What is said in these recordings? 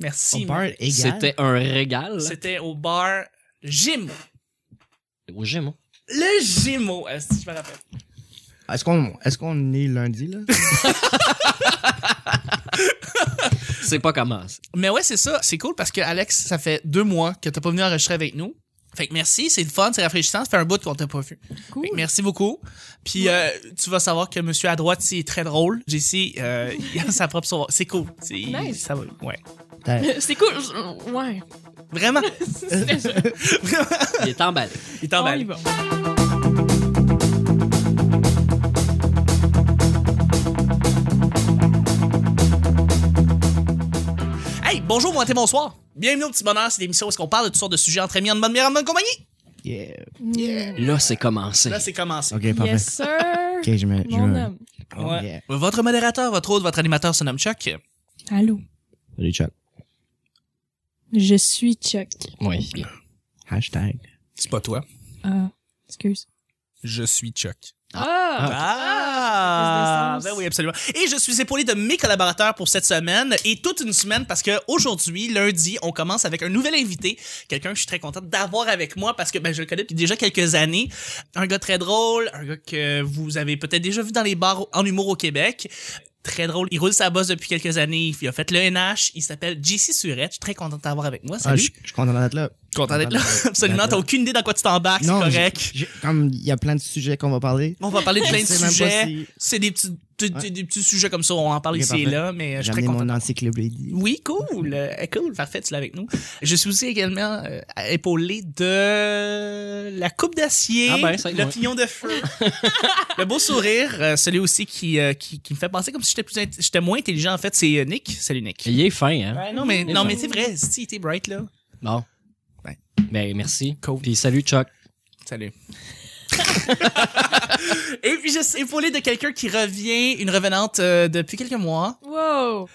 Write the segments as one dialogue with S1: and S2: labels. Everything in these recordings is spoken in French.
S1: Merci.
S2: Au bar égal.
S3: C'était un régal.
S1: C'était au bar Gimo.
S3: Au gym, hein.
S1: Le Gimo, est-ce que je me rappelle.
S2: Est-ce qu'on est, qu'on est lundi, là?
S3: C'est pas comment. ça.
S1: Mais ouais, c'est ça. C'est cool parce que Alex, ça fait deux mois que t'as pas venu enregistrer avec nous. Fait que merci, c'est le fun, c'est rafraîchissant, ça fait un bout qu'on t'a pas vu.
S4: Cool.
S1: Fait que merci beaucoup. Puis euh, tu vas savoir que monsieur à droite, c'est très drôle. JC, euh, il a sa propre soirée. C'est cool. C'est-
S4: Nice.
S1: Ça va, ouais.
S4: C'est cool. je- Ouais.
S1: Vraiment,
S3: Il est emballé.
S1: il
S4: On y
S1: t'emballe.
S4: va.
S1: Hey, bonjour, bon matin, bonsoir. Bienvenue au Petit Bonheur, c'est l'émission où est-ce qu'on parle de toutes sortes de sujets entre amis, en bonne mère, en bonne compagnie.
S2: Yeah.
S3: Là, c'est commencé.
S1: Là, c'est commencé.
S2: OK, parfait.
S4: Yes, sir.
S2: OK, je me... je
S4: Mon
S2: me-
S4: homme.
S2: Oh,
S1: Ouais.
S2: yeah.
S1: Votre modérateur, votre hôte, votre animateur se nomme Chuck.
S4: Allô.
S2: Salut, Chuck.
S4: Je suis Chuck.
S3: Oui.
S2: Hashtag.
S1: C'est pas toi.
S4: Ah, excuse.
S1: Je suis Chuck.
S4: Ah.
S1: Ah,
S4: Ah, plus de
S1: ben
S4: sens.
S1: oui, absolument. Et je suis épaulé de mes collaborateurs pour cette semaine et toute une semaine parce que aujourd'hui, lundi, on commence avec un nouvel invité, quelqu'un que je suis très content d'avoir avec moi parce que ben, je le connais depuis déjà quelques années. Un gars très drôle, un gars que vous avez peut-être déjà vu dans les bars en humour au Québec. Très drôle. Il roule sa bosse depuis quelques années. Il a fait le NH. Il s'appelle JC Surette. Je suis très content de t'avoir avec moi.
S2: Ah,
S1: Salut.
S2: je je suis content d'être là.
S1: Content d'être là. Absolument. T'as aucune idée dans quoi tu t'embarques. C'est
S2: Non, j'ai-
S1: correct.
S2: j'ai- Comme il y a plein de sujets qu'on va parler.
S1: On va parler de
S2: Je
S1: plein de
S2: sais même pas
S1: sujets.
S2: si-
S1: C'est des petits, des- des-
S2: Ouais.
S1: des petits sujets comme ça, on en parle
S2: Ok,
S1: ici et
S2: parfait.
S1: là, mais euh, je suis
S2: J'ai
S1: très
S2: amené
S1: content.
S2: mon encyclopédie.
S1: Oui, cool, euh, cool, parfait, tu l'as avec nous. Je suis aussi également euh, épaulé de la coupe d'acier,
S3: Ah ben, c'est
S1: le
S3: moi.
S1: pignon de feu, le beau sourire, euh, celui aussi qui, euh, qui, qui me fait penser comme si j'étais plus, int- j'étais moins intelligent en fait, c'est euh, Nick. Salut Nick.
S3: Il est fin, hein.
S1: Ouais, non mais
S3: Et
S1: non
S3: ben.
S1: mais c'est vrai, si t'es bright là.
S3: Bon.
S1: Ouais.
S3: Ben, merci.
S1: Cool.
S3: Puis salut, Chuck.
S1: Salut. Et puis je suis épaulé de quelqu'un qui revient, une revenante euh, depuis quelques mois.
S4: Wow.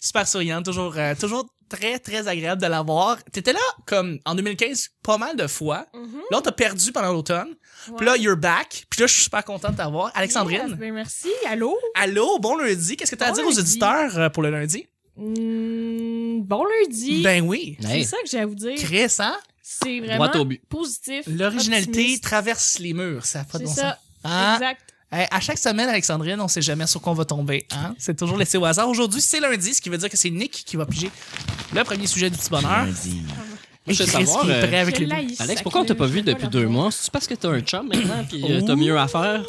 S1: super souriant, toujours, euh, toujours très, très agréable de l'avoir. T'étais là, comme, en 2015, pas mal de fois.
S4: Mhm.
S1: Là, on t'a perdu pendant l'automne. Puis là, you're back. Puis là, je suis super contente de t'avoir. Alexandrine,
S4: Yes, ben merci. Allô?
S1: allô, bon lundi. Qu'est-ce que t'as à
S4: Bon
S1: dire aux
S4: lundi.
S1: auditeurs euh, pour le lundi?
S4: Mm, bon lundi.
S1: Ben oui.
S4: C'est
S3: Hey,
S4: ça que j'ai à vous dire.
S1: Chris, hein?
S4: C'est
S3: droit au
S4: vraiment
S3: but.
S4: positif.
S1: L'originalité
S4: optimiste.
S1: traverse les murs. Ça a pas de
S4: C'est
S1: bon sens.
S4: ça.
S1: Hein?
S4: Exact.
S1: Hey, à chaque semaine, Alexandrine, on sait jamais sur quoi on va tomber. Hein? C'est toujours laissé au hasard. Aujourd'hui, c'est lundi, ce qui veut dire que c'est Nick qui va piger le premier sujet du petit bonheur.
S2: Lundi.
S3: Moi, je veux
S1: Chris
S3: savoir,
S1: qui est
S3: euh,
S1: prêt avec
S4: Je
S1: les bouts.
S4: l'haïs,
S3: Alex,
S4: ça
S3: pourquoi on t'a
S4: que
S3: pas
S4: je
S3: vu
S4: veux la
S3: depuis deux
S4: voir.
S3: mois? C'est parce que t'as un chum maintenant, puis euh, t'as
S1: Ouh.
S3: mieux à faire?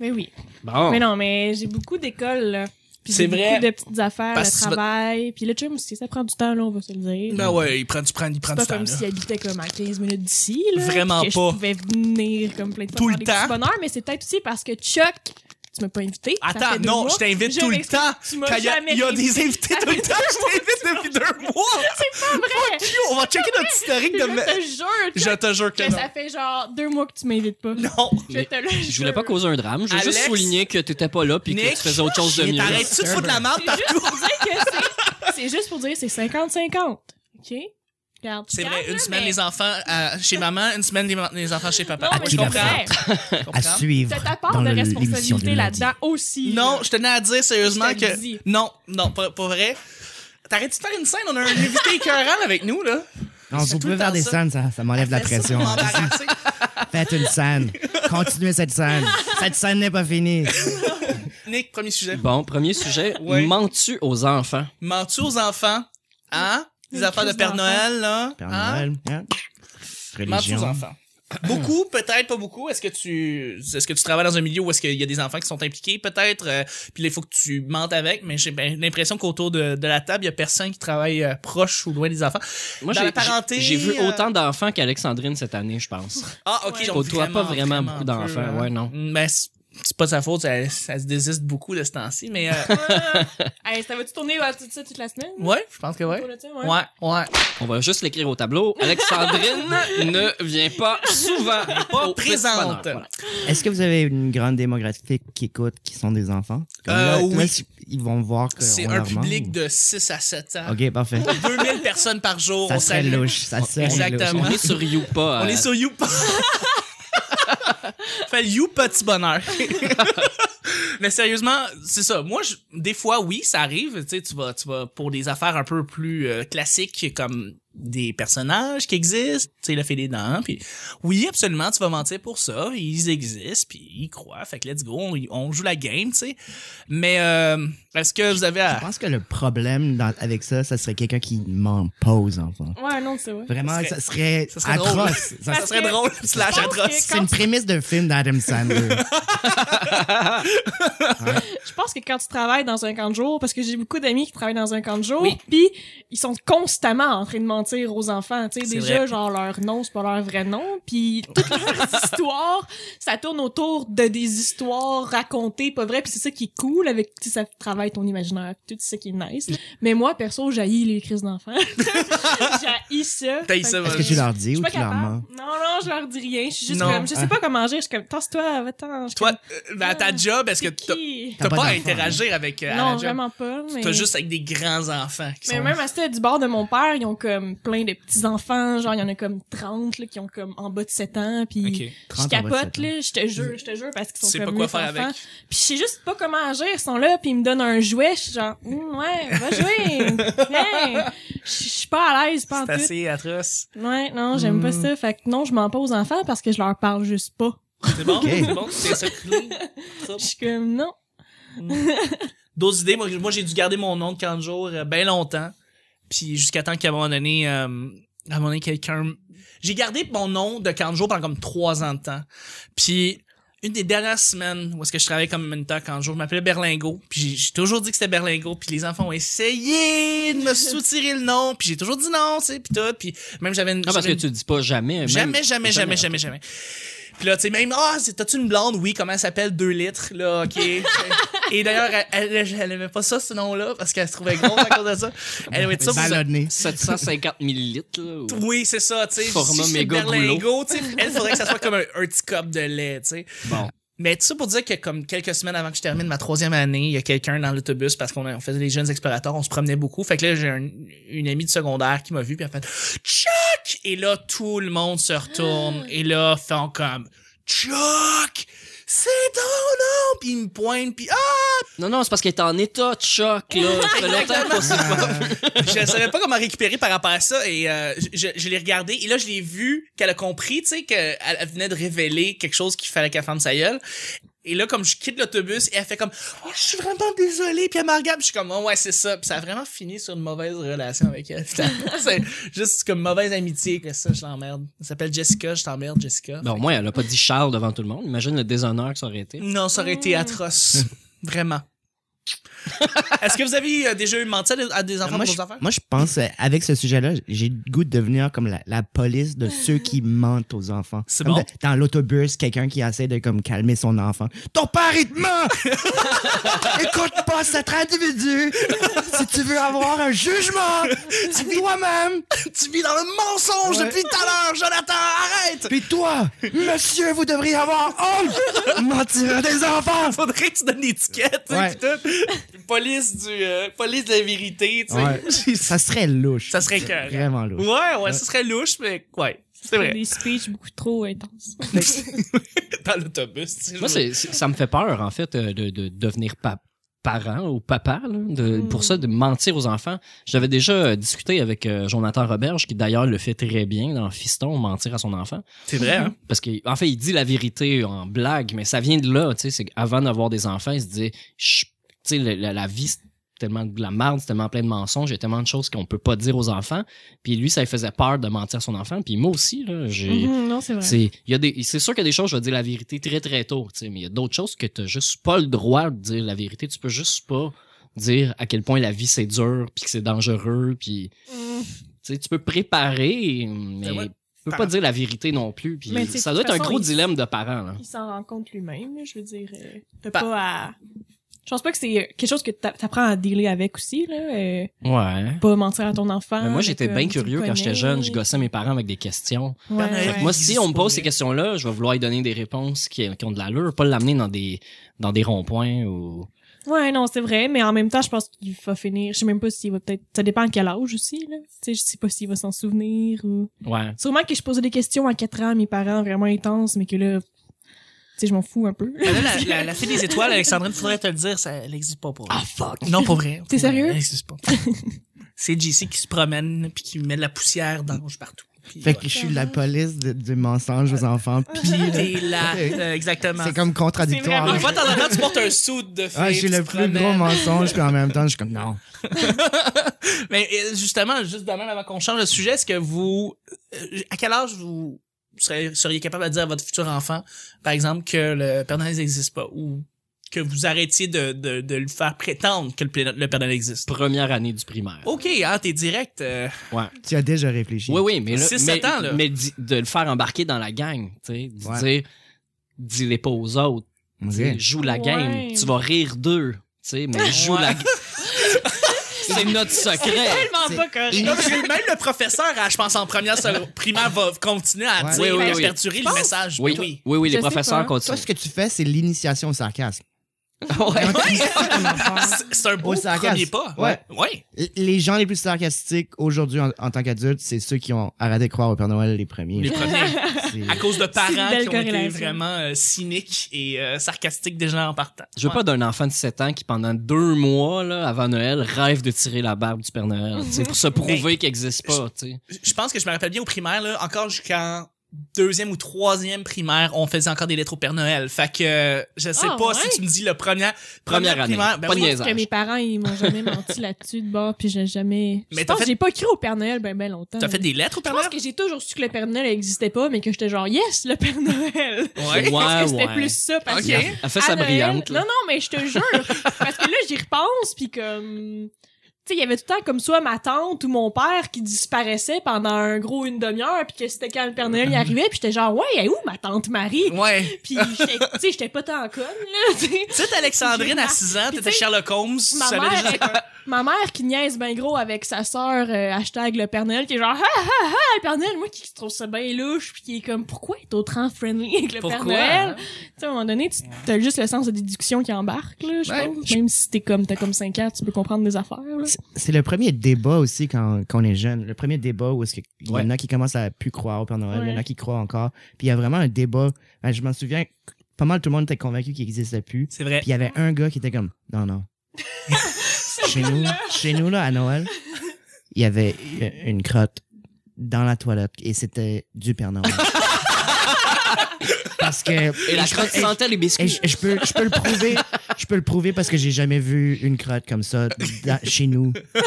S4: Mais oui.
S3: Bon.
S4: Mais non, mais j'ai beaucoup d'écoles, là. Puis
S1: C'est
S4: j'ai
S1: vrai.
S4: beaucoup de petites affaires,
S1: Parce que tu
S4: le
S1: vas-
S4: travail. Puis le chum aussi, ça prend du temps, là, on va se le dire.
S1: Ben ouais, il prend du, prend, il prend
S4: Mm-hmm.
S1: du
S4: C'est pas
S1: temps.
S4: comme
S1: là.
S4: s'il habitait comme à 15 minutes d'ici, là.
S1: Vraiment
S4: que
S1: pas.
S4: Je pouvais venir comme plein de fois
S1: Tout
S4: faire
S1: le
S4: des petits
S1: temps.
S4: bonheurs, mais c'est peut-être aussi parce que Chuck, tu m'as pas invité. Ça
S1: Attends,
S4: fait deux
S1: non,
S4: mois.
S1: je t'invite
S4: Je
S1: tout le
S4: m'excuse,
S1: temps.
S4: tu m'as
S1: Quand il y a,
S4: jamais
S1: il y a des
S4: invité.
S1: invités tout le temps, je t'invite depuis deux mois.
S4: C'est vrai!
S1: Yo, on va checker notre historique de.
S4: Je te jure,
S1: Je
S4: Chuck,
S1: te jure
S4: que
S1: que non.
S4: ça fait genre deux mois que tu m'invites pas.
S1: Non.
S4: Je te le
S3: Je voulais pas
S4: jure.
S3: causer un drame. Je veux
S1: Alex-
S3: juste souligner que t'étais pas là puis que
S1: Nick,
S3: tu faisais autre chose de
S1: Mais
S3: mieux.
S1: T'arrêtes-tu de foutre la merde
S4: C'est juste
S1: partout?
S4: pour dire que c'est- c'est juste pour dire que c'est 50-50. OK? Regarde.
S1: C'est
S4: regarde,
S1: vrai, une
S4: là,
S1: semaine
S4: mais
S1: les Ah, enfants euh, chez maman, une semaine les, les enfants chez papa.
S4: Non, mais
S1: je
S4: c'est
S2: la
S1: comprends.
S4: vrai.
S1: Je
S2: À
S1: comprends.
S2: suivre
S4: T'as ta part
S2: dans
S4: de
S2: le- l'émission du
S4: responsabilité
S2: lundi.
S4: là-dedans aussi.
S1: Non, je tenais à dire sérieusement
S4: Je te le
S1: que.
S4: dis.
S1: Non, non, pas, pas vrai. T'arrêtes-tu de faire une scène? On a un invité écœurant avec nous, là.
S2: Non,
S1: fait
S2: vous
S1: tout le
S2: pouvez faire
S1: temps
S2: des
S1: ça.
S2: scènes, ça, ça m'enlève de la
S1: Fais ça
S2: pression.
S1: pour m'embarrasser.
S2: Faites une scène. Continuez cette scène. Cette scène n'est pas finie.
S1: Hein? Nick, premier sujet.
S3: Bon, premier sujet.
S1: Ouais.
S3: Mens-tu aux enfants?
S1: Mens-tu aux enfants? Hein? Les
S4: Une
S1: affaires de
S4: crise
S1: Père
S4: d'enfant.
S1: Noël, là.
S2: Père
S1: Hein?
S2: Noël, hein?
S1: Mentir aux
S2: Religion.
S1: enfants. Beaucoup, peut-être pas beaucoup. Est-ce que tu est-ce que tu travailles dans un milieu où est-ce qu'il y a des enfants qui sont impliqués peut-être euh, puis là, il faut que tu mentes avec mais j'ai ben l'impression qu'autour de, de la table il y a personne qui travaille euh, proche ou loin des enfants.
S3: Moi,
S1: Dans
S3: j'ai-
S1: la parenté,
S3: j'ai- j'ai vu
S1: euh,
S3: autant d'enfants qu'Alexandrine cette année, je pense.
S1: Ah OK,
S4: Ouais.
S1: j'en
S3: Côtoie
S1: vis
S3: pas vraiment beaucoup
S1: peu,
S3: d'enfants,
S1: hein.
S3: ouais, non.
S1: Mm, Ben c'est c'est pas de sa faute, ça, ça se désiste beaucoup de ce temps-ci mais euh,
S4: Hey, ça va-tu tourner à tout ça toute la semaine?
S1: ouais, je pense que ouais.
S4: Pour le tien,
S1: Ouais, ouais.
S3: On va juste l'écrire au tableau. Alexandrine ne vient pas souvent.
S1: Pas
S3: au petit bonheur.
S1: présente.
S3: Voilà.
S2: Est-ce que vous avez une grande démographie qui écoute, qui sont des enfants? Comme
S1: Euh,
S2: là,
S1: oui.
S2: là, si- ils vont voir que.
S1: C'est
S2: on
S1: un
S2: leur manque.
S1: public de 6 à 7 ans.
S2: Ok, parfait.
S1: 2000 personnes par jour,
S2: Ça
S1: on
S2: serait
S1: salue.
S2: louche. Ça serait
S1: Exactement.
S2: louche.
S3: On est sur Youpa.
S1: On
S3: euh,
S1: est sur YouPa. fait You Petit Bonheur. Mais sérieusement, c'est ça. Moi, je- des fois, oui, ça arrive. Tu sais, tu vas, tu vas pour des affaires un peu plus euh, classiques comme des personnages qui existent. Tu sais, la fée des dents. Puis oui, absolument, tu vas mentir pour ça. Ils existent, puis ils croient. Fait que let's go, on, on joue la game, tu sais. Mais euh, est-ce que vous avez
S2: Je
S1: à...
S2: pense que le problème dans- avec ça, ça serait quelqu'un qui m'en pose, enfin.
S4: Ouais, non, c'est vrai.
S2: Vraiment,
S1: Ça
S2: ça serait,
S1: ça serait drôle.
S2: atroce. Ça
S1: Ça
S2: serait-
S1: serait
S4: que-
S1: drôle, slash
S4: pense que
S1: atroce.
S4: quand-
S2: C'est une prémisse d'un film d'Adam Sandler.
S4: Je pense que quand tu travailles dans un camp de jour, parce que j'ai beaucoup d'amis qui travaillent dans un camp de jour,
S1: Oui.
S4: puis ils sont constamment en train de mentir aux enfants. Tu sais,
S1: C'est
S4: déjà,
S1: vrai.
S4: genre, leur nom, c'est pas leur vrai nom, puis toutes leurs histoires, ça tourne autour de des histoires racontées, pas vraies, puis c'est ça qui est cool avec, tu sais, ça travaille ton imaginaire, tout ça qui est nice. Mais moi, perso, j'haïs les crises d'enfants. j'haïs ça.
S1: T'haïs ça,
S4: Fait
S1: moi.
S2: Est-ce que tu leur dis
S4: Je
S2: ou
S4: suis pas
S2: tu leur
S4: capable. Non,
S2: mens?
S4: non, je leur dis rien. Je suis juste
S1: Non.
S4: comme, je sais pas comment agir. Je suis comme, tasse-toi, va-t'en. Je suis
S1: Toi,
S4: comme, ah,
S1: euh, ben, à ta job, est-ce que
S4: c'est
S1: t'as
S4: qui?
S1: t'as
S2: T'as pas
S1: pas à
S2: d'enfant, hein.
S1: interagir avec euh, à la
S4: Non,
S1: job?
S4: vraiment pas. Mais...
S1: T'as juste avec des grands-enfants qui
S4: Mais
S1: sont...
S4: même à ça, du bord de mon père, ils ont comme plein de petits-enfants. Genre, il y en a comme 30 là, qui ont comme en bas de 7 ans. Puis
S1: Ok.
S4: je
S2: 30 en bas de 7
S4: capote,
S2: ans.
S4: là. Je te jure, je te jure, parce qu'ils
S1: Tu
S4: sont
S1: sais
S4: comme
S1: pas quoi
S4: neuf
S1: faire avec.
S4: enfants. Puis je sais juste pas comment agir. Ils sont là, puis ils me donnent un jouet. Je suis genre, Hum, ouais, va jouer. Viens. Je je suis pas à l'aise, pas en
S1: C'est
S4: tout.
S1: assez atroce.
S4: Ouais, non, j'aime
S2: Hmm.
S4: pas ça. Fait que non, je m'en pas aux enfants parce que je leur parle juste pas.
S1: C'est bon?
S2: Ok.
S1: C'est bon? C'est ça.
S4: Je suis comme, non.
S1: D'autres idées? Moi, moi, j'ai dû garder mon nom de camp de jour euh, bien longtemps. Puis jusqu'à temps qu'à un moment donné, euh, à un moment donné, quelqu'un... J'ai gardé mon nom de camp de jour pendant comme trois ans de temps. Puis une des dernières semaines où est-ce que je travaillais comme moniteur camp de jour, je m'appelais Berlingo. Puis j'ai- j'ai toujours dit que c'était Berlingo. Puis les enfants ont essayé de me soutirer le nom. Puis j'ai toujours dit non, tu sais, puis tout. Puis même j'avais une...
S3: Non, parce que
S1: j'avais une-
S3: tu dis pas jamais. même-
S1: Jamais, jamais, jamais, jamais, jamais. Puis là, tu sais, même, ah, c'est- t'as-tu une blonde? Oui, comment elle s'appelle? Deux litres, là, OK. Et d'ailleurs, elle, elle, elle aimait pas ça, ce nom-là, parce qu'elle se trouvait grosse à cause de ça. Elle aimait ça. pour ça.
S2: Ballonné.
S3: 750 millilitres, là. ou-
S1: Oui, c'est ça, tu sais.
S3: Format
S1: si c'est
S3: méga
S1: berlingot, tu sais, elle faudrait que ça soit comme un, un petit cup de lait, tu sais.
S3: Bon.
S1: Mais tout ça pour dire que comme quelques semaines avant que je termine ma troisième année, il y a quelqu'un dans l'autobus parce qu'on a- on faisait des jeunes explorateurs, on se promenait beaucoup. Fait que là, j'ai un- une amie de secondaire qui m'a vu puis elle a fait Chuck! Et là, tout le monde se retourne et là, font comme Chuck! C'est ton nom! Puis il me pointe puis ah!
S3: Non, non, c'est parce qu'elle est en état de choc, là. Ça fait longtemps qu'on s'est pas vu.
S1: je savais pas comment récupérer par rapport à ça et euh, je, je- je l'ai regardé et là je l'ai vu qu'elle a compris, tu sais, qu'elle elle venait de révéler quelque chose qu'il fallait qu'elle ferme sa gueule. Et là, comme je quitte l'autobus, et elle fait comme « Oh, je suis vraiment désolée! » Puis elle me regarde, puis je suis comme « Oh, ouais, c'est ça. » Puis ça a vraiment fini sur une mauvaise relation avec elle. c'est juste comme mauvaise amitié. que ça, je l'emmerde. Elle s'appelle Jessica, je t'emmerde, Jessica.
S3: Ben, au moins, elle a pas dit Charles devant tout le monde. Imagine le déshonneur que ça aurait été.
S1: Non, ça aurait été atroce. Vraiment. Est-ce que vous avez euh, déjà eu menti à des- à des enfants
S2: Moi
S1: pour
S2: je,
S1: vos affaires?
S2: moi, je pense, euh, avec ce sujet-là, j'ai le goût de devenir comme la, la police de ceux qui mentent aux enfants.
S1: C'est
S2: Comme
S1: bon.
S2: de- dans l'autobus, quelqu'un qui essaie de comme, calmer son enfant. Ton père, il te ment! Écoute pas cet individu! Si tu veux avoir un jugement, dis toi-même!
S1: Tu vis dans le mensonge
S2: Ouais.
S1: depuis tout à l'heure, Jonathan, arrête!
S2: Puis toi, monsieur, vous devriez avoir honte! Mentir à des enfants!
S1: Faudrait que tu donnes l'étiquette, tu sais,
S2: Ouais.
S1: pis tout. Police du, euh, police de la vérité, tu sais.
S2: Ouais. Ça serait louche.
S1: Ça serait cœur. Ouais,
S2: Vraiment louche.
S1: ouais, ça serait louche, mais ouais, c'est vrai.
S4: Des speeches beaucoup trop intenses.
S1: Dans l'autobus, tu sais.
S3: Moi, c'est, c'est- ça me fait peur, en fait, euh, de, de devenir pa- parent ou papa, là, de, pour ça, de
S1: Mm.
S3: mentir aux enfants. J'avais déjà euh, discuté avec euh, Jonathan Roberge, qui d'ailleurs le fait très bien dans Fiston, mentir à son enfant.
S1: C'est vrai, hein?
S3: Parce qu'en fait, il dit la vérité en blague, mais ça vient de là, tu sais, c'est qu'avant d'avoir des enfants, il se disait, je- tu sais, la, la- la vie, c'est tellement de la merde, c'est tellement plein de mensonges, il y a tellement de choses qu'on peut pas dire aux enfants. Puis lui, ça lui faisait peur de mentir à son enfant. Puis moi aussi, là, j'ai...
S4: Mhm, non, c'est vrai.
S3: C'est, il y a des, c'est sûr qu'il y a des choses, je vais dire la vérité très très tôt, tu sais, mais il y a d'autres choses que tu juste pas le droit de dire la vérité. Tu peux juste pas dire à quel point la vie c'est dur, puis que c'est dangereux, puis
S4: Mhm.
S3: tu sais, tu peux préparer, mais
S1: Ben ouais.
S3: tu peux pas dire la vérité non plus. Puis
S4: Mais tu sais,
S3: ça
S4: de
S3: doit
S4: toute
S3: être un
S4: façon,
S3: gros
S4: il-
S3: dilemme de parents. Là.
S4: il s'en rend compte lui-même, là, je veux dire. euh, T'as
S3: Bah.
S1: Pa-
S4: pas à... Je pense pas que c'est euh, quelque chose que t'a- t'apprends à dealer avec aussi, là. euh,
S3: Ouais.
S4: pas mentir à ton enfant.
S3: Mais moi,
S4: mais
S3: j'étais
S4: comme
S3: bien
S4: tu le
S3: curieux quand j'étais
S4: connais.
S3: jeune. Je gossais mes parents avec des questions.
S1: Ben,
S4: Ouais, ouais.
S1: avec
S3: Moi,
S1: Ouais.
S3: si on me pose
S1: C'est
S3: ces questions-là, je vais vouloir y donner des réponses qui, qui ont de l'allure, pas l'amener dans des, dans des ronds-points ou.
S4: Ouais, non, c'est vrai, mais en même temps, je pense qu'il va finir. Je sais même pas s'il va peut-être. Ça dépend à quel âge aussi, là. Tu sais, je sais pas s'il va s'en souvenir ou.
S3: Ouais.
S4: Sûrement que je posais des questions à 4 ans à mes parents vraiment intenses, mais que là. sais, je m'en fous un peu.
S1: Ben là, la, la, la fille des étoiles, Alexandrine, faudrait te le dire, ça, elle n'existe pas pour vrai.
S3: Ah, fuck.
S4: Ah.
S1: Non, pour vrai.
S4: T'es
S1: Pour vrai,
S4: sérieux?
S1: Elle n'existe pas. C'est JC qui se promène puis qui met de la poussière d'ange partout. Puis,
S2: Fait
S1: ouais.
S2: que je suis la police de- du mensonge aux enfants. Puis
S1: Puis t'es là,
S2: Ok.
S1: euh, exactement.
S2: c'est comme
S4: C'est
S2: contradictoire.
S4: vraiment-
S1: Une fois de temps en temps, tu portes un soude de fille.
S2: Ah,
S1: tu
S2: j'ai le
S1: te
S2: plus
S1: promènes.
S2: gros mensonge, puis en même temps, je suis comme non.
S1: Mais euh, justement, juste de même avant qu'on change de sujet, est-ce que vous, euh, à quel âge vous serez- seriez capable de dire à votre futur enfant, par exemple, que le Père Noël n'existe pas ou que vous arrêtiez de, de, de lui faire prétendre que le, pla- le Père Noël existe?
S3: Première année du primaire.
S4: Oh,
S1: Ok, ah, t'es direct. euh,
S3: Ouais.
S2: Tu as déjà réfléchi.
S3: Oui, oui, mais là,
S1: Six,
S3: mais,
S1: sept ans, là.
S3: mais di- de le faire embarquer dans la gang, tu sais, de
S2: Ouais.
S3: dire, dis-les pas aux autres,
S2: On
S3: tu
S2: dirait.
S3: sais, joue la
S4: Ouais.
S3: game, tu vas rire d'eux, tu sais, mais joue la game. C'est notre secret.
S4: Tellement pas correct.
S1: Non, parce que même le professeur, à, je pense, en première seconde- primaire, va continuer à
S2: Ouais.
S1: dire,
S3: Oui, oui,
S1: à
S3: oui.
S1: perdurer le message.
S3: Oui, oui, oui,
S4: Je
S3: les
S4: sais
S3: professeurs
S4: pas.
S2: Toi,
S3: continuent.
S2: ce que tu fais, c'est l'initiation au sarcasme.
S3: Ouais.
S2: Quand tu inities ton enfant,
S1: C'est- C'est un beau
S2: Au sarcasme.
S1: premier pas.
S2: Ouais.
S1: Ouais.
S2: l- les gens les plus sarcastiques aujourd'hui en, en tant qu'adultes, c'est ceux qui ont arrêté de croire au Père Noël les premiers.
S1: Les premiers.
S2: C'est-
S1: À cause de parents
S4: belle
S1: qui ont été
S4: corrélation.
S1: vraiment euh, cyniques et euh, sarcastiques déjà en partant.
S3: Je veux
S1: Ouais.
S3: pas d'un enfant de 7 ans qui, pendant deux mois, là, avant Noël, rêve de tirer la barbe du Père Noël, tu sais, pour se prouver qu'il existe pas, tu sais.
S1: je pense que je me rappelle bien au primaire, là, encore jusqu'en deuxième ou troisième primaire, on faisait encore des lettres au Père Noël. Fait que euh, je sais
S4: Ah,
S1: pas
S4: ouais?
S1: si tu me dis le premier,
S3: Première année.
S1: primaire. Ben
S3: Pas
S1: oui.
S3: de
S4: Parce que
S3: niaisage.
S4: mes parents, ils m'ont jamais menti là-dessus de bord, puis j'ai jamais.
S1: Mais t'as
S4: je pense que
S1: fait-
S4: j'ai pas cru au Père Noël ben, ben longtemps.
S1: T'as fait des lettres au
S4: Je
S1: Père
S4: pense
S1: Noël?
S4: que j'ai toujours su que le Père Noël n'existait pas, mais que j'étais genre, yes, le Père Noël.
S1: Ouais.
S4: Parce
S3: Ouais,
S4: que c'était
S3: ouais.
S4: plus ça, parce
S1: Ok.
S4: que
S1: Elle
S3: Elle fait sa
S4: à Noël-
S3: brillante.
S4: Ah,
S3: là.
S4: ben, Non, non, mais je te jure. parce que là, j'y repense, puis comme... Tu sais, il y avait tout le temps comme soit ma tante ou mon père qui disparaissait pendant un gros une demi-heure, puis que c'était quand le Père Noël y arrivait, puis j'étais genre, ouais, elle est où ma tante Marie?
S1: Ouais.
S4: Puis, j'étais- tu sais, j'étais pas tant conne, là, tu sais.
S1: Petite Alexandrine à 6 ans, t'étais
S4: Puis tu sais,
S1: Sherlock Holmes. tu
S4: Ma
S1: savais
S4: mère,
S1: déjà-
S4: ma mère qui niaise ben gros avec sa sœur euh, hashtag le Père Noël, qui est genre, ah, ah, ah, le Père Noël, moi qui trouve ça bien louche, puis qui est comme, pourquoi est autant friendly avec le Père
S1: Pourquoi? hein?
S4: Noël? Tu sais, à un moment donné, tu as juste le sens de déduction qui embarque, là, je
S1: Ouais,
S4: pense. Même si t'es comme, t'as comme 5 ans, tu peux comprendre des affaires, là.
S2: C'est- C'est le premier débat aussi quand, quand on est jeune. Le premier débat où est-ce qu'il y en a qui commencent à plus croire au Père Noël, il y en a
S4: Ouais.
S2: qui croient encore. Puis il y a vraiment un débat. Ben, je m'en souviens, pas mal tout le monde était convaincu qu'il n'existait plus.
S1: C'est vrai.
S2: Puis il y avait un gars qui était comme non non. chez nous, chez nous là à Noël, il y avait u- une crotte dans la toilette et c'était du Père Noël. Parce que
S3: Et la
S2: je-
S3: crotte
S2: et-
S3: sentait les
S2: et
S3: biscuits.
S2: je, je peux je peux le prouver, je peux le prouver parce que j'ai jamais vu une crotte comme ça dans- chez nous. Et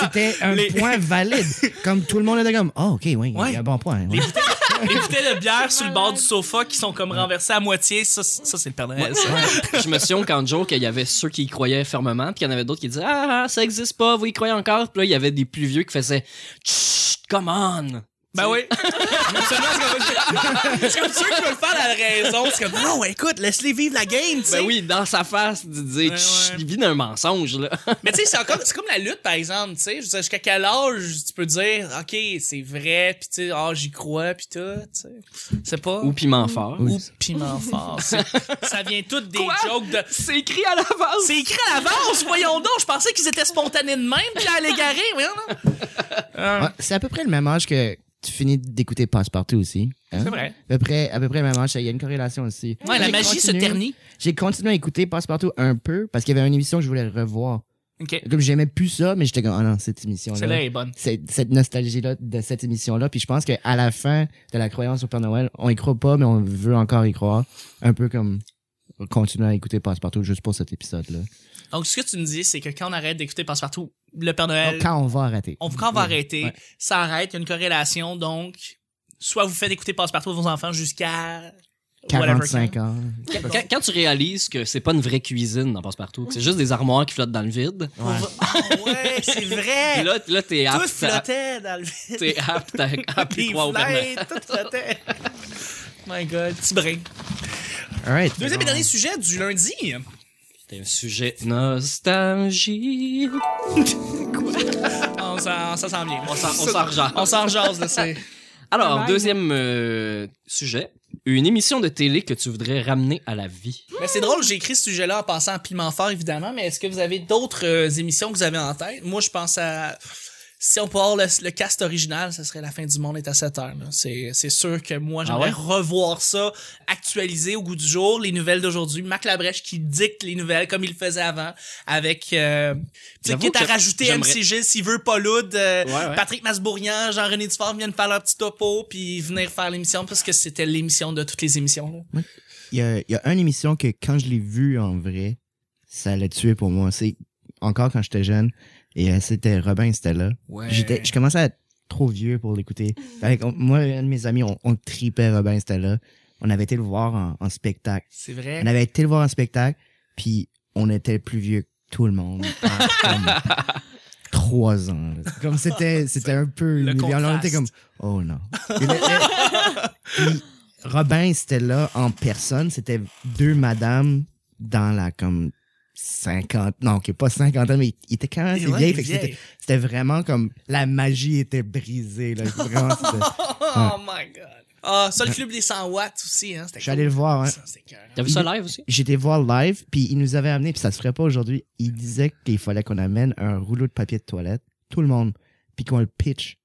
S2: c'était un
S1: Les-
S2: point valide comme tout le monde était comme oh OK oui, il y
S1: Ouais.
S2: a un bon point. ouais.
S1: Les bouteilles de bière sur le bord
S4: malade.
S1: du sofa qui sont comme renversées à moitié, ça, c'est- ça c'est le Père Noël. ça.
S3: je me souviens quand jour qu'il y avait ceux qui y croyaient fermement, puis il y en avait d'autres qui disaient Ah, ah, ça existe pas, vous y croyez encore. Puis là, il y avait des plus vieux qui faisaient Chut, come on.
S1: Ben oui. Absolument, c'est comme- c'est comme ceux qui veulent faire la raison. C'est comme, non, écoute, laisse-les vivre la game, tu sais.
S3: Ben oui, dans sa face, de dire
S1: Ouais,
S3: Chut,
S1: ouais.
S3: il vit d'un mensonge, là.
S1: Mais tu sais, c'est encore, c'est comme la lutte, par exemple, tu sais. Je veux dire, jusqu'à quel âge tu peux dire, OK, c'est vrai, pis tu sais, ah, j'y crois, pis tout, tu sais. C'est pas.
S3: Ou piment fort.
S1: Ou piment fort. C'est- Ça vient tout des
S3: Quoi?
S1: jokes de.
S3: C'est écrit à l'avance.
S1: C'est écrit à l'avance, voyons donc. Je pensais qu'ils étaient spontanés de même, puis à l'égarer, voyons donc. Euh,
S2: Ouais, c'est à peu près le même âge que tu finis d'écouter Passepartout aussi. hein?
S1: C'est vrai.
S2: À peu près, à peu près le même âge, il y a une corrélation aussi.
S1: Ouais, la
S2: J'ai
S1: magie se
S2: continué-
S1: ternit.
S2: J'ai continué à écouter Passepartout un peu parce qu'il y avait une émission que je voulais revoir.
S1: OK.
S2: Comme j'aimais plus ça, mais j'étais comme, ah non, cette
S1: Celle-là
S2: émission-là.
S1: est bonne.
S2: Cette, cette nostalgie-là de cette émission-là. Puis je pense qu'à la fin de la croyance au Père Noël, on y croit pas, mais on veut encore y croire. Un peu comme continuer à écouter Passepartout juste pour cet épisode-là.
S1: Donc, ce que tu me dis, c'est que quand on arrête d'écouter Passepartout, le Père Noël,
S2: Donc, Quand on va arrêter.
S1: Euh, on, quand on va
S2: Ouais.
S1: arrêter,
S2: Mm, Ouais.
S1: ça arrête, il y a une corrélation, donc, soit vous faites écouter Passepartout à vos enfants jusqu'à... whatever hein.
S2: 45 ans.
S3: Quand, quand tu réalises que c'est pas une vraie cuisine dans Passepartout, que c'est juste des armoires qui flottent dans le vide,
S1: Pour- Ah ouais, c'est
S3: et
S1: vrai!
S3: là, là t'es
S1: tout
S3: apte, à,
S1: flottait dans le vide.
S3: t'es apte à, à plus
S1: Des
S3: croire au Père Noël.
S1: fenêtres, tout flottait. My God, petit brin.
S2: All right.
S1: Deuxième et
S2: Alors,
S1: dernier sujet du lundi.
S3: T'es un sujet nostalgie.
S1: On s'en ça s'en vient.
S3: On s'en- on s'en rejase.
S1: On s'en rejase de ces...
S3: Alors,
S4: Bye.
S3: deuxième euh, sujet, une émission de télé que tu voudrais ramener à la vie.
S1: Mais c'est drôle, j'ai écrit ce sujet-là en pensant à Piment Fort, évidemment, mais est-ce que vous avez d'autres euh, émissions que vous avez en tête? Moi, je pense à... si on peut avoir le, le cast original, ce serait la fin du monde est à 7 heures. là. C'est c'est sûr que moi,
S3: Ah
S1: j'aimerais
S3: ouais?
S1: revoir ça, actualisé au goût du jour, les nouvelles d'aujourd'hui. Marc Labrèche qui dicte les nouvelles comme il le faisait avant, avec... Euh, tu sais,
S3: J'avoue
S1: qui est à
S3: que
S1: rajouter
S3: j'aimerais-
S1: MC Gilles s'il veut, Paul Oud, euh,
S3: Ouais, ouais.
S1: Patrick Masbourian, Jean-René Dufort viennent faire leur petit topo, puis venir faire l'émission, parce que c'était l'émission de toutes les émissions. Là.
S2: Il y a, il y a une émission que quand je l'ai vue en vrai, ça l'a tué pour moi. C'est encore quand j'étais jeune. Et euh, c'était Robin, c'était là.
S1: Ouais.
S2: J'étais, je commençais à être trop vieux pour l'écouter. Avec moi et un de mes amis, on, on tripait Robin, c'était là. On avait été le voir en, en spectacle.
S1: C'est vrai.
S2: On avait été le voir en spectacle, puis on était plus vieux que tout le monde. Ah, Comme Trois ans. là. Comme c'était, c'était un peu.
S1: Le
S2: humiliant. Là, on était comme,
S1: contraste.
S2: oh non. Puis le- le- puis Robin, c'était là en personne. C'était deux madames dans la comme 50, non, ok, pas 50 ans, mais il était quand même
S1: Et
S2: assez
S1: ouais,
S2: vieil.
S1: il
S2: Hein, fait que
S1: est vieil.
S2: c'était- C'était vraiment comme la magie était brisée. Là, Vraiment, c'était-
S1: Oh my god. Ah, ça, le club des 100 watts aussi, hein. C'était
S2: Je suis allé le voir. Hein.
S1: Ça, c'est écœurant.
S3: T'as vu ça live aussi?
S2: J'étais voir live, puis il nous avait amené, puis ça se ferait pas aujourd'hui. Il disait qu'il fallait qu'on amène un rouleau de papier de toilette, tout le monde, puis qu'on le pitch.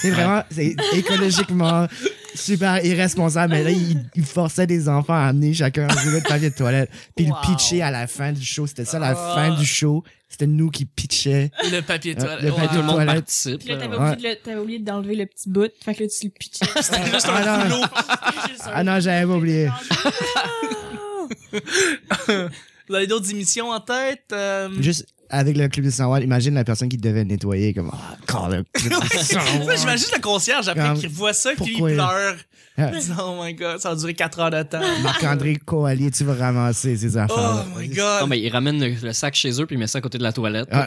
S2: C'est vraiment c'est écologiquement super irresponsable, mais là, il, il forçait des enfants à amener chacun un rouleau de papier de toilette, puis
S1: Wow.
S2: le pitcher à la fin du show. C'était ça, la
S1: Ah.
S2: fin du show. C'était nous qui pitchait.
S1: Le papier de
S2: Euh,
S1: toilette.
S2: le
S1: Wow.
S2: papier
S3: Tout le monde
S2: Toilette.
S3: participe.
S4: Puis là, t'avais
S3: là.
S2: Ouais.
S4: oublié de le- t'avais oublié d'enlever le petit bout. Fait que là, tu le pitchais.
S1: C'était juste
S2: Ah
S1: un
S2: non.
S1: rouleau.
S2: Ah non, j'avais pas oublié.
S1: Vous avez d'autres émissions en tête? euh,
S2: Juste avec le club de 100 watts, imagine la personne qui devait nettoyer, comme, ah, encore le club de 100
S1: Ça, J'imagine le concierge après
S2: Comme-
S1: qu'il voit ça, qu'il
S2: Pourquoi?
S1: pleure.
S2: Ah.
S1: Il dit, Oh my god, ça a duré 4 heures de temps.
S2: Marc-André Coallier, tu vas ramasser ces
S1: Oh
S2: affaires.
S1: my
S3: Non,
S1: god.
S3: mais il ramène le, le sac chez eux puis il met ça à côté de la toilette.
S2: Ouais.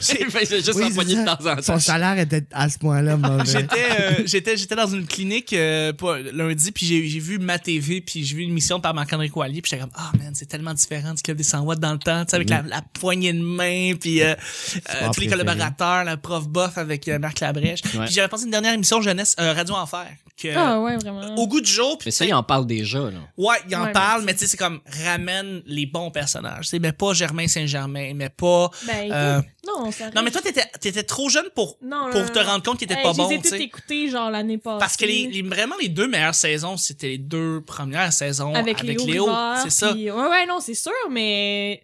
S3: J'ai fait juste
S2: Oui,
S3: empoigné
S2: c'est
S3: de
S2: ça.
S3: temps en temps.
S2: Son salaire était à ce point-là mauvais.
S1: J'étais, euh, j'étais, j'étais dans une clinique euh, pas- lundi, puis j'ai, j'ai vu ma TV, puis j'ai vu une émission par Marc-André Coallier, puis j'étais comme, ah man, c'est tellement différent du Club des 100 watts dans le temps, tu sais, avec
S3: Mhm.
S1: la, la poignée de main, puis euh, euh, tous les
S2: préféré.
S1: collaborateurs, le prof bof avec euh, Marc Labrèche.
S3: Ouais.
S1: Puis j'avais pensé une dernière émission jeunesse, euh, Radio Enfer, que
S4: Ah ouais, vraiment.
S1: au goût du jour, puis
S3: Mais ça, il en parle déjà, là.
S1: Ouais, il en
S4: Ouais,
S1: parle, mais tu sais, c'est comme ramène les bons personnages. C'est mais pas Germain Saint-Germain, mais pas.
S4: Ben, écoute,
S1: Euh,
S4: non, ça
S1: Non, mais toi, t'étais, t'étais trop jeune pour,
S4: Non,
S1: pour
S4: non,
S1: te
S4: non.
S1: rendre compte qu'il était
S4: Hey,
S1: pas
S4: je
S1: bon,
S4: les ai
S1: tu
S4: toutes
S1: sais.
S4: écoutés, genre, l'année passée.
S1: Parce que les, les- vraiment, les deux meilleures saisons, c'était les deux premières saisons
S4: Avec,
S1: avec,
S4: Léo,
S1: Léo.
S4: Rivard,
S1: C'est ça.
S4: puis- Ouais, ouais, non, c'est sûr, mais...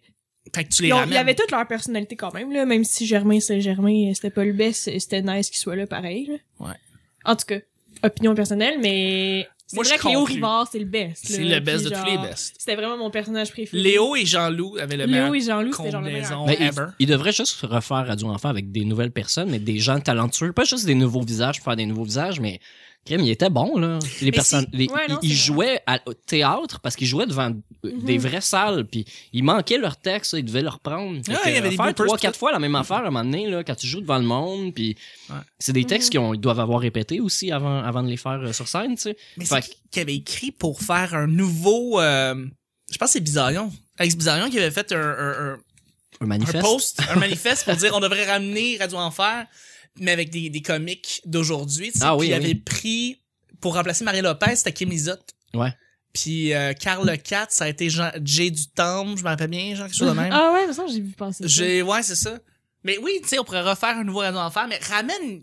S1: Fait que tu les
S4: Ils, ont- ils
S1: ramènes.
S4: avaient toute leur personnalité quand même, là. Même si Germain Saint-Germain, c'était pas le best, euh, c'était nice qu'il soit là pareil, là.
S1: Ouais.
S4: En tout cas, opinion personnelle, mais... C'est
S1: Moi, je
S4: vrai que Léo
S1: conclue.
S4: Rivard, c'est le best, là.
S1: C'est le best
S4: Puis
S1: de tous
S4: genre,
S1: les bests.
S4: C'était vraiment mon personnage préféré.
S1: Léo et Jean-Loup avaient le meilleur
S4: Léo et Jean-Loup, c'était genre le meilleur.
S1: combinaison
S3: Mais Ben, il,
S1: ever.
S3: il devrait juste refaire Radio Enfant avec des nouvelles personnes, mais des gens talentueux. Pas juste des nouveaux visages pour faire des nouveaux visages, mais crème, il était bon, là. Les personnes,
S1: si-
S3: les-
S4: Ouais,
S3: il-
S4: non,
S3: il,
S4: c'est
S3: jouait à- au théâtre parce qu'il jouait devant euh, des vraies salles, puis il manquait leur texte, ils devaient le reprendre. Fait
S1: Ouais,
S3: que,
S1: il y avait des
S3: faire
S1: bloopers,
S3: trois,
S1: tout.
S3: quatre fois la même affaire à un moment donné, là, quand tu joues devant le monde, puis
S1: Ouais.
S3: c'est des textes qu'ils ont- ils doivent avoir répétés aussi avant, avant de les faire euh, sur scène, tu sais.
S1: Mais
S3: Fait
S1: c'est
S3: que-
S1: qui qui avait écrit pour faire un nouveau. euh, je pense que c'est Bizarrion. Alex Bizarrion qui avait fait un- un- un,
S3: Un
S1: un
S3: manifeste.
S1: post, un manifeste pour dire on devrait ramener Radio Enfer, mais avec des, des comiques d'aujourd'hui. tu sais.
S3: Ah
S1: Puis
S3: oui,
S1: il
S3: oui.
S1: avait pris, pour remplacer Marie Lopez, c'était Kim Isotte.
S3: Ouais.
S1: Puis euh, Karl Le 4, ça a été Jean, Jay Dutemps, je me rappelle bien, genre quelque chose de même.
S4: Ah ouais, mais ça, j'ai vu passer ça.
S1: J'ai, ouais, c'est ça. Mais oui, tu sais, on pourrait refaire un nouveau Radio Enfer, mais ramène,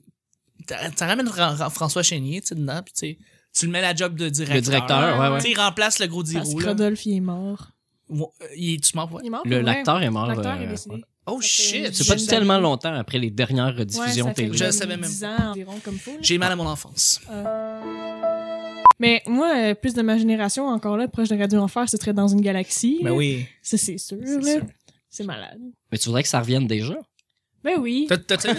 S1: t'as- t'as ramène Fran- Fran- François Chénier, tu sais, dedans, puis tu sais, tu le mets à la job de directeur.
S3: Le directeur, ouais, ouais.
S1: Tu sais, il remplace le gros
S4: Parce
S1: Dirou,
S4: que
S1: là.
S4: Rodolphe, il est mort.
S1: Ouais, Il est, tu m'en vois.
S4: Il est mort,
S3: Le-
S4: pour vrai.
S3: L'acteur est mort.
S4: L'acteur
S3: euh,
S4: est décédé.
S3: ouais.
S1: Oh
S4: Ça fait-
S1: shit!
S3: C'est pas
S4: Jeune
S3: tellement
S4: d'année.
S3: longtemps après les dernières rediffusions
S4: Ouais, ça fait
S3: télé.
S1: Je
S4: comme
S1: savais même
S4: 10
S1: pas.
S4: ans environ comme faux. là.
S1: J'ai mal à mon enfance.
S4: Mais moi, euh, plus de ma génération, encore là, proche de Radio Enfer, ce serait dans une galaxie.
S1: Ben
S4: là.
S1: oui.
S4: Ça, c'est sûr.
S1: C'est
S4: là.
S1: sûr.
S4: C'est malade.
S3: Mais tu voudrais que ça revienne déjà?
S4: Ben oui.
S1: T'as- t'as- t'as-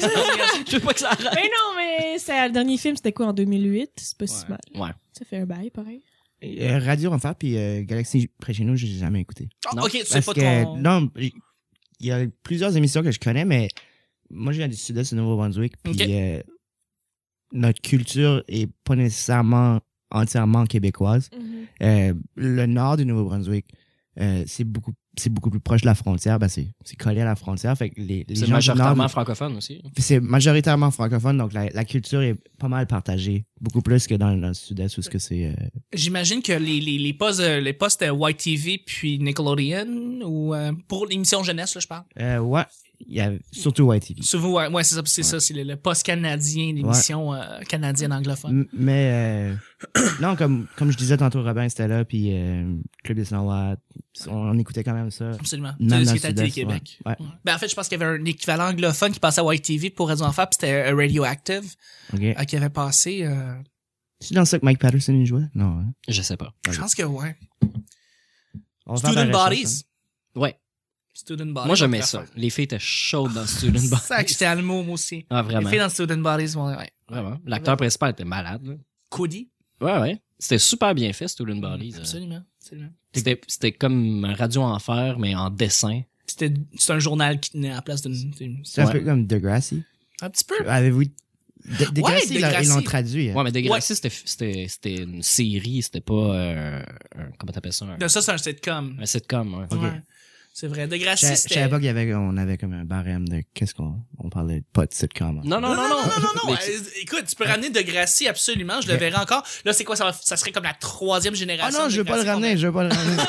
S3: Je veux pas que ça arrête.
S4: Mais non, mais c'est- le dernier film, c'était quoi, en 2008? C'est pas si
S1: Ouais.
S4: mal.
S3: Ouais.
S4: Ça fait un bail, pareil.
S2: Euh, Radio Enfer puis euh, Galaxy près chez nous, j'ai jamais écouté.
S1: Ah,
S3: Non,
S1: ok, tu sais
S2: Parce
S1: pas
S2: que
S1: ton...
S2: non, il y a plusieurs émissions que je connais, mais moi je viens du sud-est du Nouveau-Brunswick, puis
S1: Ok.
S2: euh, notre culture est pas nécessairement entièrement québécoise. Euh, le nord du Nouveau-Brunswick, euh, c'est beaucoup c'est beaucoup plus proche de la frontière, ben c'est c'est collé à la frontière, fait que les, les gens
S3: C'est
S2: du nord-
S3: majoritairement francophone aussi.
S2: Puis c'est majoritairement francophone, donc la, la culture est pas mal partagée. Beaucoup plus que dans, dans le sud-est où ce que c'est... euh,
S1: J'imagine que les, les, les postes euh, les postes euh, YTV puis Nickelodeon ou euh, pour l'émission jeunesse là je parle.
S2: euh, ouais, il y a surtout YTV.
S1: Souvent, ouais, ouais, c'est ça, c'est
S2: Ouais.
S1: ça, c'est le, le post-canadien, l'émission euh, canadienne anglophone.
S2: M- Mais euh, non, comme, comme je disais tantôt, Robin c'était là, puis euh, Club des 100 watts, on, on écoutait quand même ça.
S1: Absolument.
S2: Même
S1: De ce qui
S2: dans le
S1: était à
S2: sud-est,
S1: Télé-Québec.
S2: ouais. Ouais.
S1: Ouais. Ben, en fait, je pense qu'il y avait un équivalent anglophone qui passait à YTV pour Radio Enfer, puis c'était euh, Radioactive
S2: Ok.
S1: euh, qui avait passé. euh,
S2: C'est dans ça que Mike Patterson y jouait? Non. hein?
S3: Je sais pas.
S1: je pense que ouais.
S2: On va faire la
S1: Student
S2: recherche, hein.
S1: Bodies.
S3: Ouais.
S1: Student Bodies.
S3: Ah, Moi, j'aimais ça. Les filles étaient chaudes dans Student
S1: C'est ça que
S3: Body.
S1: j'étais à le mot, moi aussi.
S3: Ah,
S1: Les
S3: vraiment.
S1: filles dans Student Bodies, ouais. ouais.
S3: Vraiment. L'acteur principal était malade. là.
S1: Cody.
S3: Ouais, ouais. C'était super bien fait, Stolen Bodies. euh.
S1: Mm, Absolument. absolument.
S3: C'était c'était comme un Radio Enfer, mais en dessin.
S1: C'était c'est un journal qui tenait à la place d'une. d'une-
S2: ça. C'est un
S3: Ouais.
S2: peu comme Degrassi.
S1: Un petit peu.
S2: Avez-vous. De- Degrassi, ils l'ont-
S1: Degrassi.
S2: ils l'ont traduit. hein.
S3: Ouais, mais Degrassi, c'était- c'était c'était une série, c'était pas. euh, un- comment t'appelles ça? Un,
S1: De ça, c'est un sitcom.
S3: un sitcom, ouais.
S2: Ok.
S1: Ouais. C'est vrai.
S2: Je
S1: Degrassi,
S2: je savais
S1: c'était.
S2: pas qu'il y avait, on avait comme un barème de qu'est-ce qu'on on parlait pas de sitcom. hein.
S3: Non, non,
S1: Non, non, non, non, non, non.
S3: Mais-
S1: Euh, Écoute, tu peux ramener Degrassi, absolument. Je le
S2: Mais-
S1: verrai encore. Là, c'est quoi? Ça, va- ça serait comme la troisième
S2: Ah
S1: génération.
S2: non,
S1: de
S2: je veux pas le
S1: Degrassi qu'on
S2: ramener, je veux pas le ramener.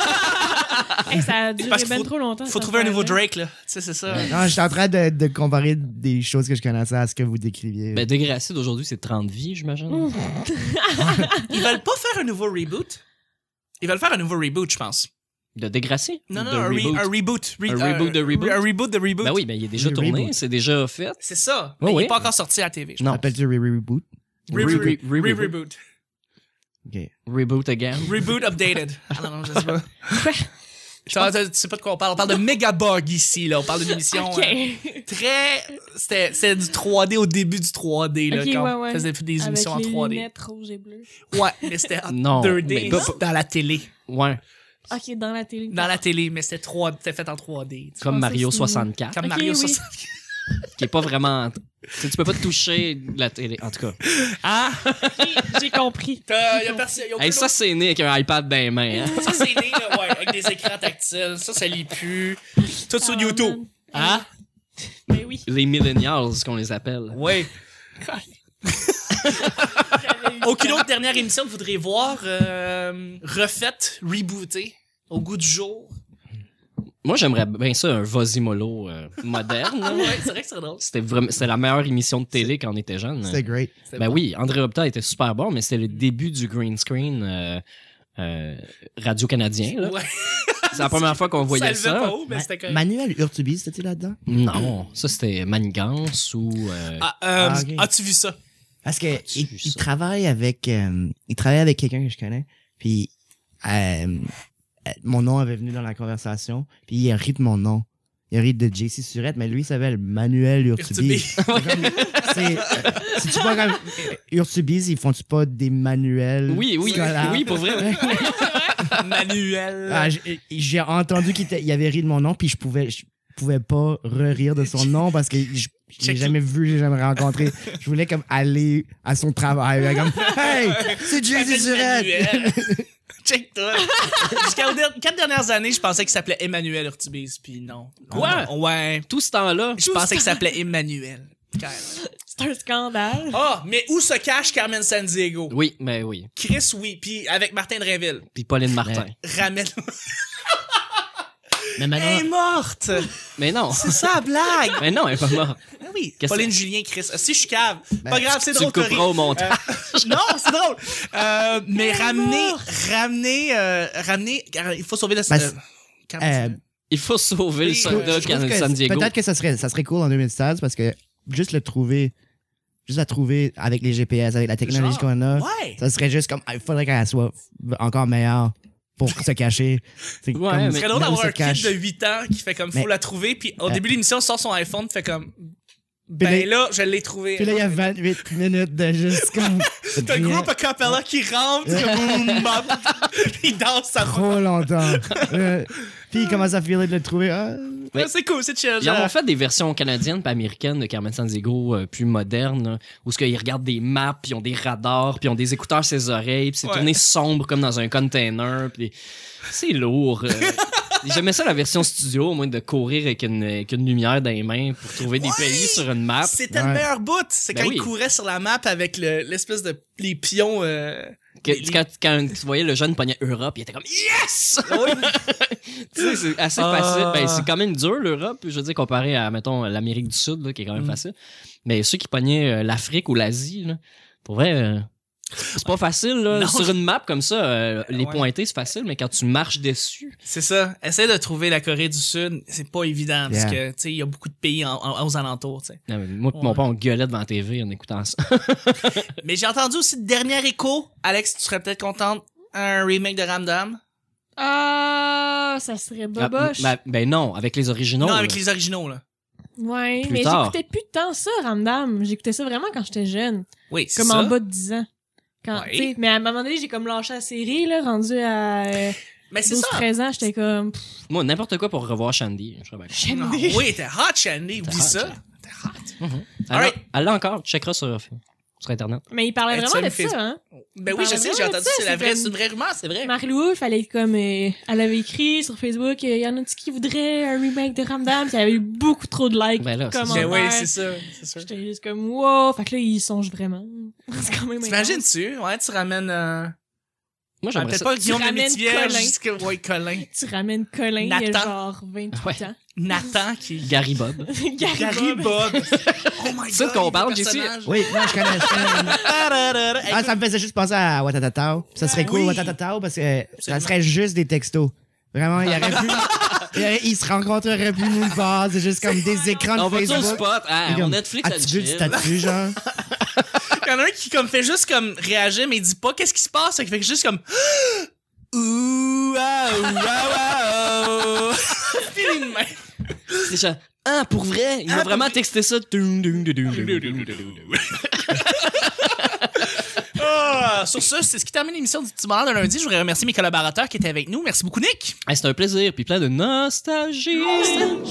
S4: Hey, ça a duré
S1: Parce qu'il
S4: ben
S1: faut-
S4: trop longtemps.
S1: Faut
S4: cette
S1: trouver un nouveau
S4: affaire-là.
S1: Drake, là. Tu sais, c'est ça.
S2: non, je suis en train de, de comparer des choses que je connaissais à ce que vous décriviez.
S3: Ben, Degrassi d'aujourd'hui, c'est 30 vies, j'imagine.
S4: Ouf.
S1: Ils veulent pas faire un nouveau reboot. Ils veulent faire un nouveau reboot, je pense.
S3: De Degrassi?
S1: Non, non,
S3: De
S1: un, re-
S3: reboot.
S1: un reboot. Re- euh,
S3: Un reboot de reboot?
S1: Un reboot de reboot.
S3: Ben oui, ben il est déjà
S2: Le
S3: tourné,
S2: reboot.
S3: c'est déjà fait.
S1: C'est ça.
S3: Oui,
S1: mais il
S3: oui.
S1: est pas encore sorti à la TV. je
S3: Non.
S2: Appelle-tu Re-Reboot?
S1: Re-
S3: Re-
S1: re-
S3: re-
S1: re-
S3: reboot.
S1: Reboot.
S2: Ok.
S3: Reboot again.
S1: Reboot updated. Ah non, non, je sais pas. Tu vois, Tu sais pas de quoi on parle. On parle de Megabug ici, là. On parle d'une émission
S4: Ok.
S1: euh, très. C'était c'était du 3D au début du 3D, là.
S4: Ok,
S1: quand
S4: ouais,
S1: on
S4: ouais.
S1: faisait des
S4: Avec
S1: émissions en
S4: les
S1: 3D.
S4: lunettes rouges et bleues.
S1: Ouais, mais c'était en
S3: Non,
S1: 2D
S3: mais pas-
S1: dans la télé.
S3: Ouais.
S4: Ok, dans la télé.
S1: Dans la télé, mais c'était 3 c'était fait en 3D. tu sais.
S3: Comme
S4: pensais
S3: Mario
S4: que c'est
S3: 64,
S1: Comme
S4: Ok,
S1: Mario
S4: oui.
S1: 64.
S3: qui est pas vraiment. tu sais, tu peux pas toucher la télé. En tout cas.
S1: Ah!
S4: Ok, J'ai compris.
S1: T'as- y a personne. y a aucun
S3: Hey, ça,
S1: autre-
S3: c'est né avec un iPad dans les mains. hein.
S1: ça, c'est né, là, ouais, avec des écrans tactiles. Ça, ça lit plus. Tout sur
S4: Ah,
S1: YouTube.
S4: man.
S1: Hein?
S4: Ben oui,
S3: Les millennials, qu'on les appelle.
S1: Ouais.
S4: j'avais eu-
S1: Aucune autre dernière émission que vous voudriez voir euh, refaite, rebootée, au goût du jour.
S3: Moi, j'aimerais bien ça, un Vosimolo euh, moderne.
S1: Ah
S3: là.
S1: ouais, c'est vrai que c'est drôle.
S3: C'était vraiment, c'était la meilleure émission de télé quand on était jeune.
S2: C'était great.
S1: C'était
S3: Ben
S1: bon.
S3: oui, André Opta était super bon, mais c'était le début du green screen euh, euh, radio-canadien. hein, là.
S1: Ouais,
S3: C'est la première fois qu'on voyait
S1: ça levait
S3: ça.
S1: pas haut, mais
S2: Ma-
S1: Ben, c'était quand même.
S2: Manuel Urtubi, c'était-tu là-dedans?
S3: Non, Ah, ça c'était Manigance ou... euh,
S1: Ah, euh,
S2: Ah, ok.
S1: As-tu vu ça?
S2: Parce que
S3: Ah, tu
S2: il,
S3: fais
S2: il
S3: ça?
S2: travaille avec euh, il travaille avec quelqu'un que je connais. Puis euh, euh, mon nom avait venu dans la conversation. Puis il a ri de mon nom. Il a ri de JC Surette, mais lui il s'appelle Manuel Urtubi.
S1: Urtubi.
S2: C'est comme- c'est euh, c'est-tu pas comme Urtubis, ils font-tu pas des manuels
S3: Oui, oui,
S2: scolaires?
S3: oui, pour vrai.
S1: Manuel.
S2: Ah, j'ai- J'ai entendu qu'il était- il avait ri de mon nom, puis je pouvais, je pouvais pas re-rire de son nom parce que je, je l'ai
S1: Check-
S2: jamais vu, je l'ai jamais rencontré. Je voulais comme aller à son travail, comme Hey, c'est Jésus Surette!
S1: Emmanuel. Check-toi. Jusqu'aux der- quatre dernières années, je pensais qu'il s'appelait Emmanuel Urtubis, puis non.
S3: Quoi?
S1: Non, Ouais.
S3: Tout ce temps-là,
S1: Je pensais qu'il s'appelait Emmanuel. Quand même.
S4: C'est un scandale.
S1: Ah, mais où se cache Carmen San Diego?
S3: oui, mais oui.
S1: Chris, oui. Puis avec Martin Drainville.
S3: Puis Pauline Martin.
S1: Ramène.
S2: Mais
S1: Elle est
S2: maintenant,
S1: morte!
S3: Mais non,
S1: C'est ça la blague!
S3: mais non, elle est pas morte.
S1: Ah oui.
S3: Qu'est-ce
S1: Pauline Julien, Chris. Ah, Si je suis cave. Pas
S2: Ben,
S1: grave, c'est
S3: Tu me
S1: drôle. t'as ri.
S3: couperas au montage.
S1: Non, c'est drôle. Euh, mais
S4: Elle est
S1: ramener,
S4: morte.
S1: ramener, euh, ramener, car il faut sauver le.
S2: Ben,
S1: euh,
S2: euh,
S1: Carmen-
S3: Il faut sauver le
S1: Et- je
S3: soldat
S2: je trouve
S3: de
S2: que
S3: San Diego.
S2: peut-être que ça serait, ça serait cool en 2016 parce que juste le trouver, juste la trouver avec les GPS, avec la technologie
S1: Genre,
S2: qu'on a,
S1: Ouais!
S2: ça serait juste comme, Ah, il faudrait qu'elle soit encore meilleure pour se cacher. C'est
S3: Ouais,
S2: comme-
S3: mais-
S1: Ce serait
S2: là
S1: drôle
S2: où
S1: d'avoir
S2: se
S1: un
S2: cache.
S1: kid de 8 ans qui fait comme faut
S2: Mais-
S1: la trouver, puis au
S2: Euh,
S1: début de l'émission, sort son iPhone, fait comme
S2: Puis
S1: ben
S2: là-
S1: là, je l'ai trouvé.
S2: Puis là, il y a 28 minutes de juste comme.
S1: T'as le
S2: rien.
S1: groupe a cappella qui rentre, comme boum, bap, il danse sa robe.
S2: Trop longtemps. Euh, puis il commence à filer de le trouver. Ah,
S3: Mais-
S1: Ah, C'est cool, c'est chill.
S3: Ils en ont
S1: genre.
S3: fait des versions canadiennes pas américaines de Carmen Sandiego euh, plus modernes, là, où ce qu'ils regardent des maps, puis ils ont des radars, puis ils ont des écouteurs sur ses oreilles, puis c'est
S1: Ouais.
S3: tourné sombre comme dans un container, puis c'est lourd. euh. J'aimais ça la version studio, au moins de courir avec une, avec une lumière dans les mains pour trouver des
S1: Ouais!
S3: pays sur une map.
S1: C'était le
S2: Ouais.
S1: meilleur bout. C'est
S3: Ben
S1: quand
S3: oui.
S1: il courait sur la map avec le- l'espèce de les pions euh,
S3: Que-
S1: Les-
S3: quand, quand tu voyais le jeune pognait Europe, il était comme Yes! tu sais, c'est assez
S1: Ah.
S3: facile. Ben, c'est quand même dur, l'Europe, je veux dire, comparé à, mettons, l'Amérique du Sud, là, qui est quand même
S1: Mm.
S3: facile. Mais ceux qui pognaient euh, l'Afrique ou l'Asie, là, pour vrai, euh, c'est pas facile.
S1: Non.
S3: là.
S1: Ben
S3: Sur une map comme ça, euh, les
S1: Ouais.
S3: pointer, c'est facile, mais quand tu marches dessus,
S1: C'est ça. Essaye de trouver la Corée du Sud. C'est pas évident parce que, tu sais, il y a beaucoup de pays en- en- aux alentours, tu sais.
S3: Non, mais moi pis
S1: Ouais.
S3: mon père, on gueulait devant la TV en écoutant ça.
S1: Mais j'ai entendu aussi le dernier écho. Alex, tu serais peut-être contente. Un remake de Ramdam.
S4: Ah, ça serait boboche.
S3: Ah, ben, ben non, avec les originaux.
S1: Non, avec
S3: là.
S1: les originaux, là.
S4: ouais,
S3: plus
S4: mais
S3: tard.
S4: j'écoutais plus tant ça, Ramdam. J'écoutais ça vraiment quand j'étais jeune.
S1: Oui, c'est
S4: Comme
S1: ça.
S4: en bas de 10 ans. Quand,
S1: Ouais.
S4: tu sais, mais à un moment donné, j'ai comme lâché la série, là, rendu à euh,
S1: Mais Eh, c'est ça.
S4: 12-13 ans, j'étais comme... pff,
S3: Moi, n'importe quoi pour revoir Shandy. Je serais bien content.
S4: J'aime
S1: Non,
S4: des-
S1: Oui, t'es hot, Shandy. Oublie
S3: hot,
S1: ça.
S3: Shandy.
S1: T'es hot.
S3: Elle
S1: Alright.
S3: l'a- Elle l'a encore, tu checkeras sur, sur Internet.
S4: Mais il parlait
S1: Elle
S4: vraiment
S1: tient
S4: de
S1: le Facebook.
S4: ça, hein.
S1: Ben
S4: On
S1: oui, je
S4: parle
S1: sais,
S4: vraiment
S1: j'ai
S4: de
S1: entendu.
S4: ça,
S1: C'est la
S4: c'est
S1: vraie,
S4: comme-
S1: c'est une vraie rumeur, c'est vrai.
S4: Marie-Lou, il fallait être comme... euh, elle avait écrit sur Facebook, il y en a qui voudrait un remake de Ramdam, puis il y avait eu beaucoup trop de likes,
S3: Ben là, c'est
S4: comme
S3: ça.
S1: Ben oui,
S4: commentaires.
S1: c'est ça. C'est sûr.
S4: J'étais juste comme, wow! Fait que là, ils songent vraiment. C'est quand même intense.
S1: T'imagines-tu? Ouais, tu ramènes, euh...
S3: Moi, j'aimerais
S1: J'appelle
S3: ça.
S1: pas Guillaume de
S4: ramènes
S1: Métivier
S4: Colin.
S1: jusqu'à, ouais, Colin.
S4: Tu ramènes Colin, il a
S1: Nathan.
S4: genre 28
S3: Ouais.
S4: ans.
S1: Nathan qui...
S3: Gary Bob.
S4: Gary,
S1: Gary Bob.
S4: Bob.
S1: oh my god.
S3: C'est ça qu'on
S1: les
S3: parle,
S1: personnages.
S2: Oui, non, je connais. je connais.
S1: Tararara.
S2: Ah, ça me faisait juste penser à Watatatao. Ça serait cool,
S1: Oui.
S2: Watatatao, parce que euh,
S1: Absolument.
S2: ça serait juste des textos. Vraiment, il y aurait plus. il y aurait- Ils se rencontreraient plus nulle part. C'est juste comme des écrans
S3: On
S2: de
S3: va sur le
S2: Facebook.
S3: spot. Ah,
S2: Et
S3: on
S2: comme,
S3: Netflix, ça
S2: As-tu vu du
S3: chill.
S2: statut, genre?
S1: Il y en a un qui comme fait juste comme réagir mais il dit pas qu'est-ce qui se passe, fait qu'il fait juste comme ouh ah, ouh ah, ouah, oh. Fini de même.
S3: C'est genre, ah, pour vrai? Il
S1: Ah,
S3: m'a
S1: pour
S3: vraiment
S1: vrai.
S3: texté ça. Doum, doum, doum, doum, doum, doum, doum.
S1: Ah, sur ce, c'est ce qui termine l'émission du petit bonheur de lundi. Je voudrais remercier mes collaborateurs qui étaient avec nous. Merci beaucoup Nick.
S3: Ah, C'est un plaisir, puis plein de nostalgie.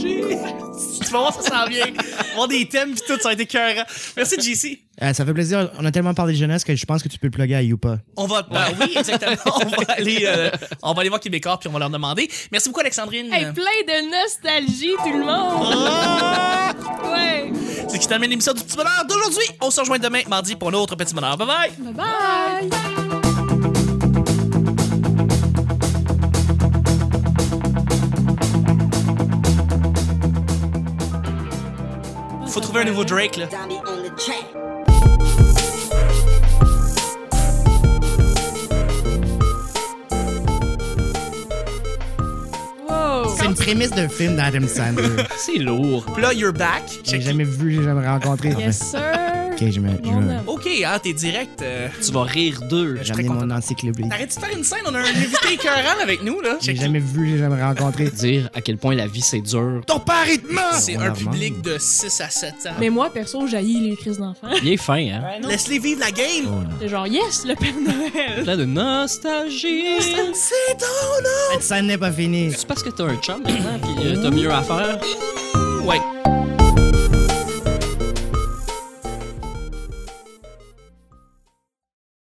S1: Tu vas voir ça s'en vient. On va avoir des thèmes pis tout ça a été cœur. Merci JC.
S2: Euh, ça fait plaisir. On a tellement parlé de jeunesse que je pense que tu peux le plugger à Youpa.
S1: On va ben oui, exactement. On va aller euh, on va aller voir Québécois puis on va leur demander. Merci beaucoup Alexandrine.
S4: Hey, plein de nostalgie, tout le monde!
S1: Ah!
S4: Ouais!
S1: C'est ce qui termine l'émission du petit bonheur d'aujourd'hui. On se rejoint demain, mardi, pour un autre petit bonheur. Bye bye!
S4: Bye!
S1: Faut trouver un nouveau Drake, là.
S5: Zombie on the track.
S4: Wow!
S2: C'est une prémisse d'un film d'Adam Sandler.
S3: C'est lourd.
S1: Puis là, you're back.
S2: j'ai
S1: Check-
S2: jamais vu, j'ai jamais rencontré.
S4: Yes, sir!
S2: Ok, je me. je
S4: Mon
S2: me-
S4: homme.
S1: Ok, ah, t'es direct. euh.
S3: Tu vas rire d'eux.
S2: J'ai
S1: très
S2: amené
S1: content.
S2: mon encyclopédie.
S1: T'arrêtes de faire une scène, on a un invité écœurant avec nous, là.
S2: J'ai
S1: Check-
S2: jamais vu, j'ai jamais rencontré.
S3: Dire à quel point la vie, c'est dur.
S2: Ton père, il te ment!
S1: C'est
S2: Ouais,
S1: un
S2: vraiment.
S1: public de 6 à 7 ans.
S4: Mais moi, perso, j'haïs les crises d'enfants.
S3: Il est fin, hein?
S1: Laisse-les vivre la game!
S4: J'étais genre, yes, le Père Noël!
S3: Plein de nostalgie.
S1: C'est ton
S2: Cette scène n'est pas finie.
S3: C'est parce que t'as un chum maintenant, puis euh, t'as mieux à faire.
S1: nom! Ouais.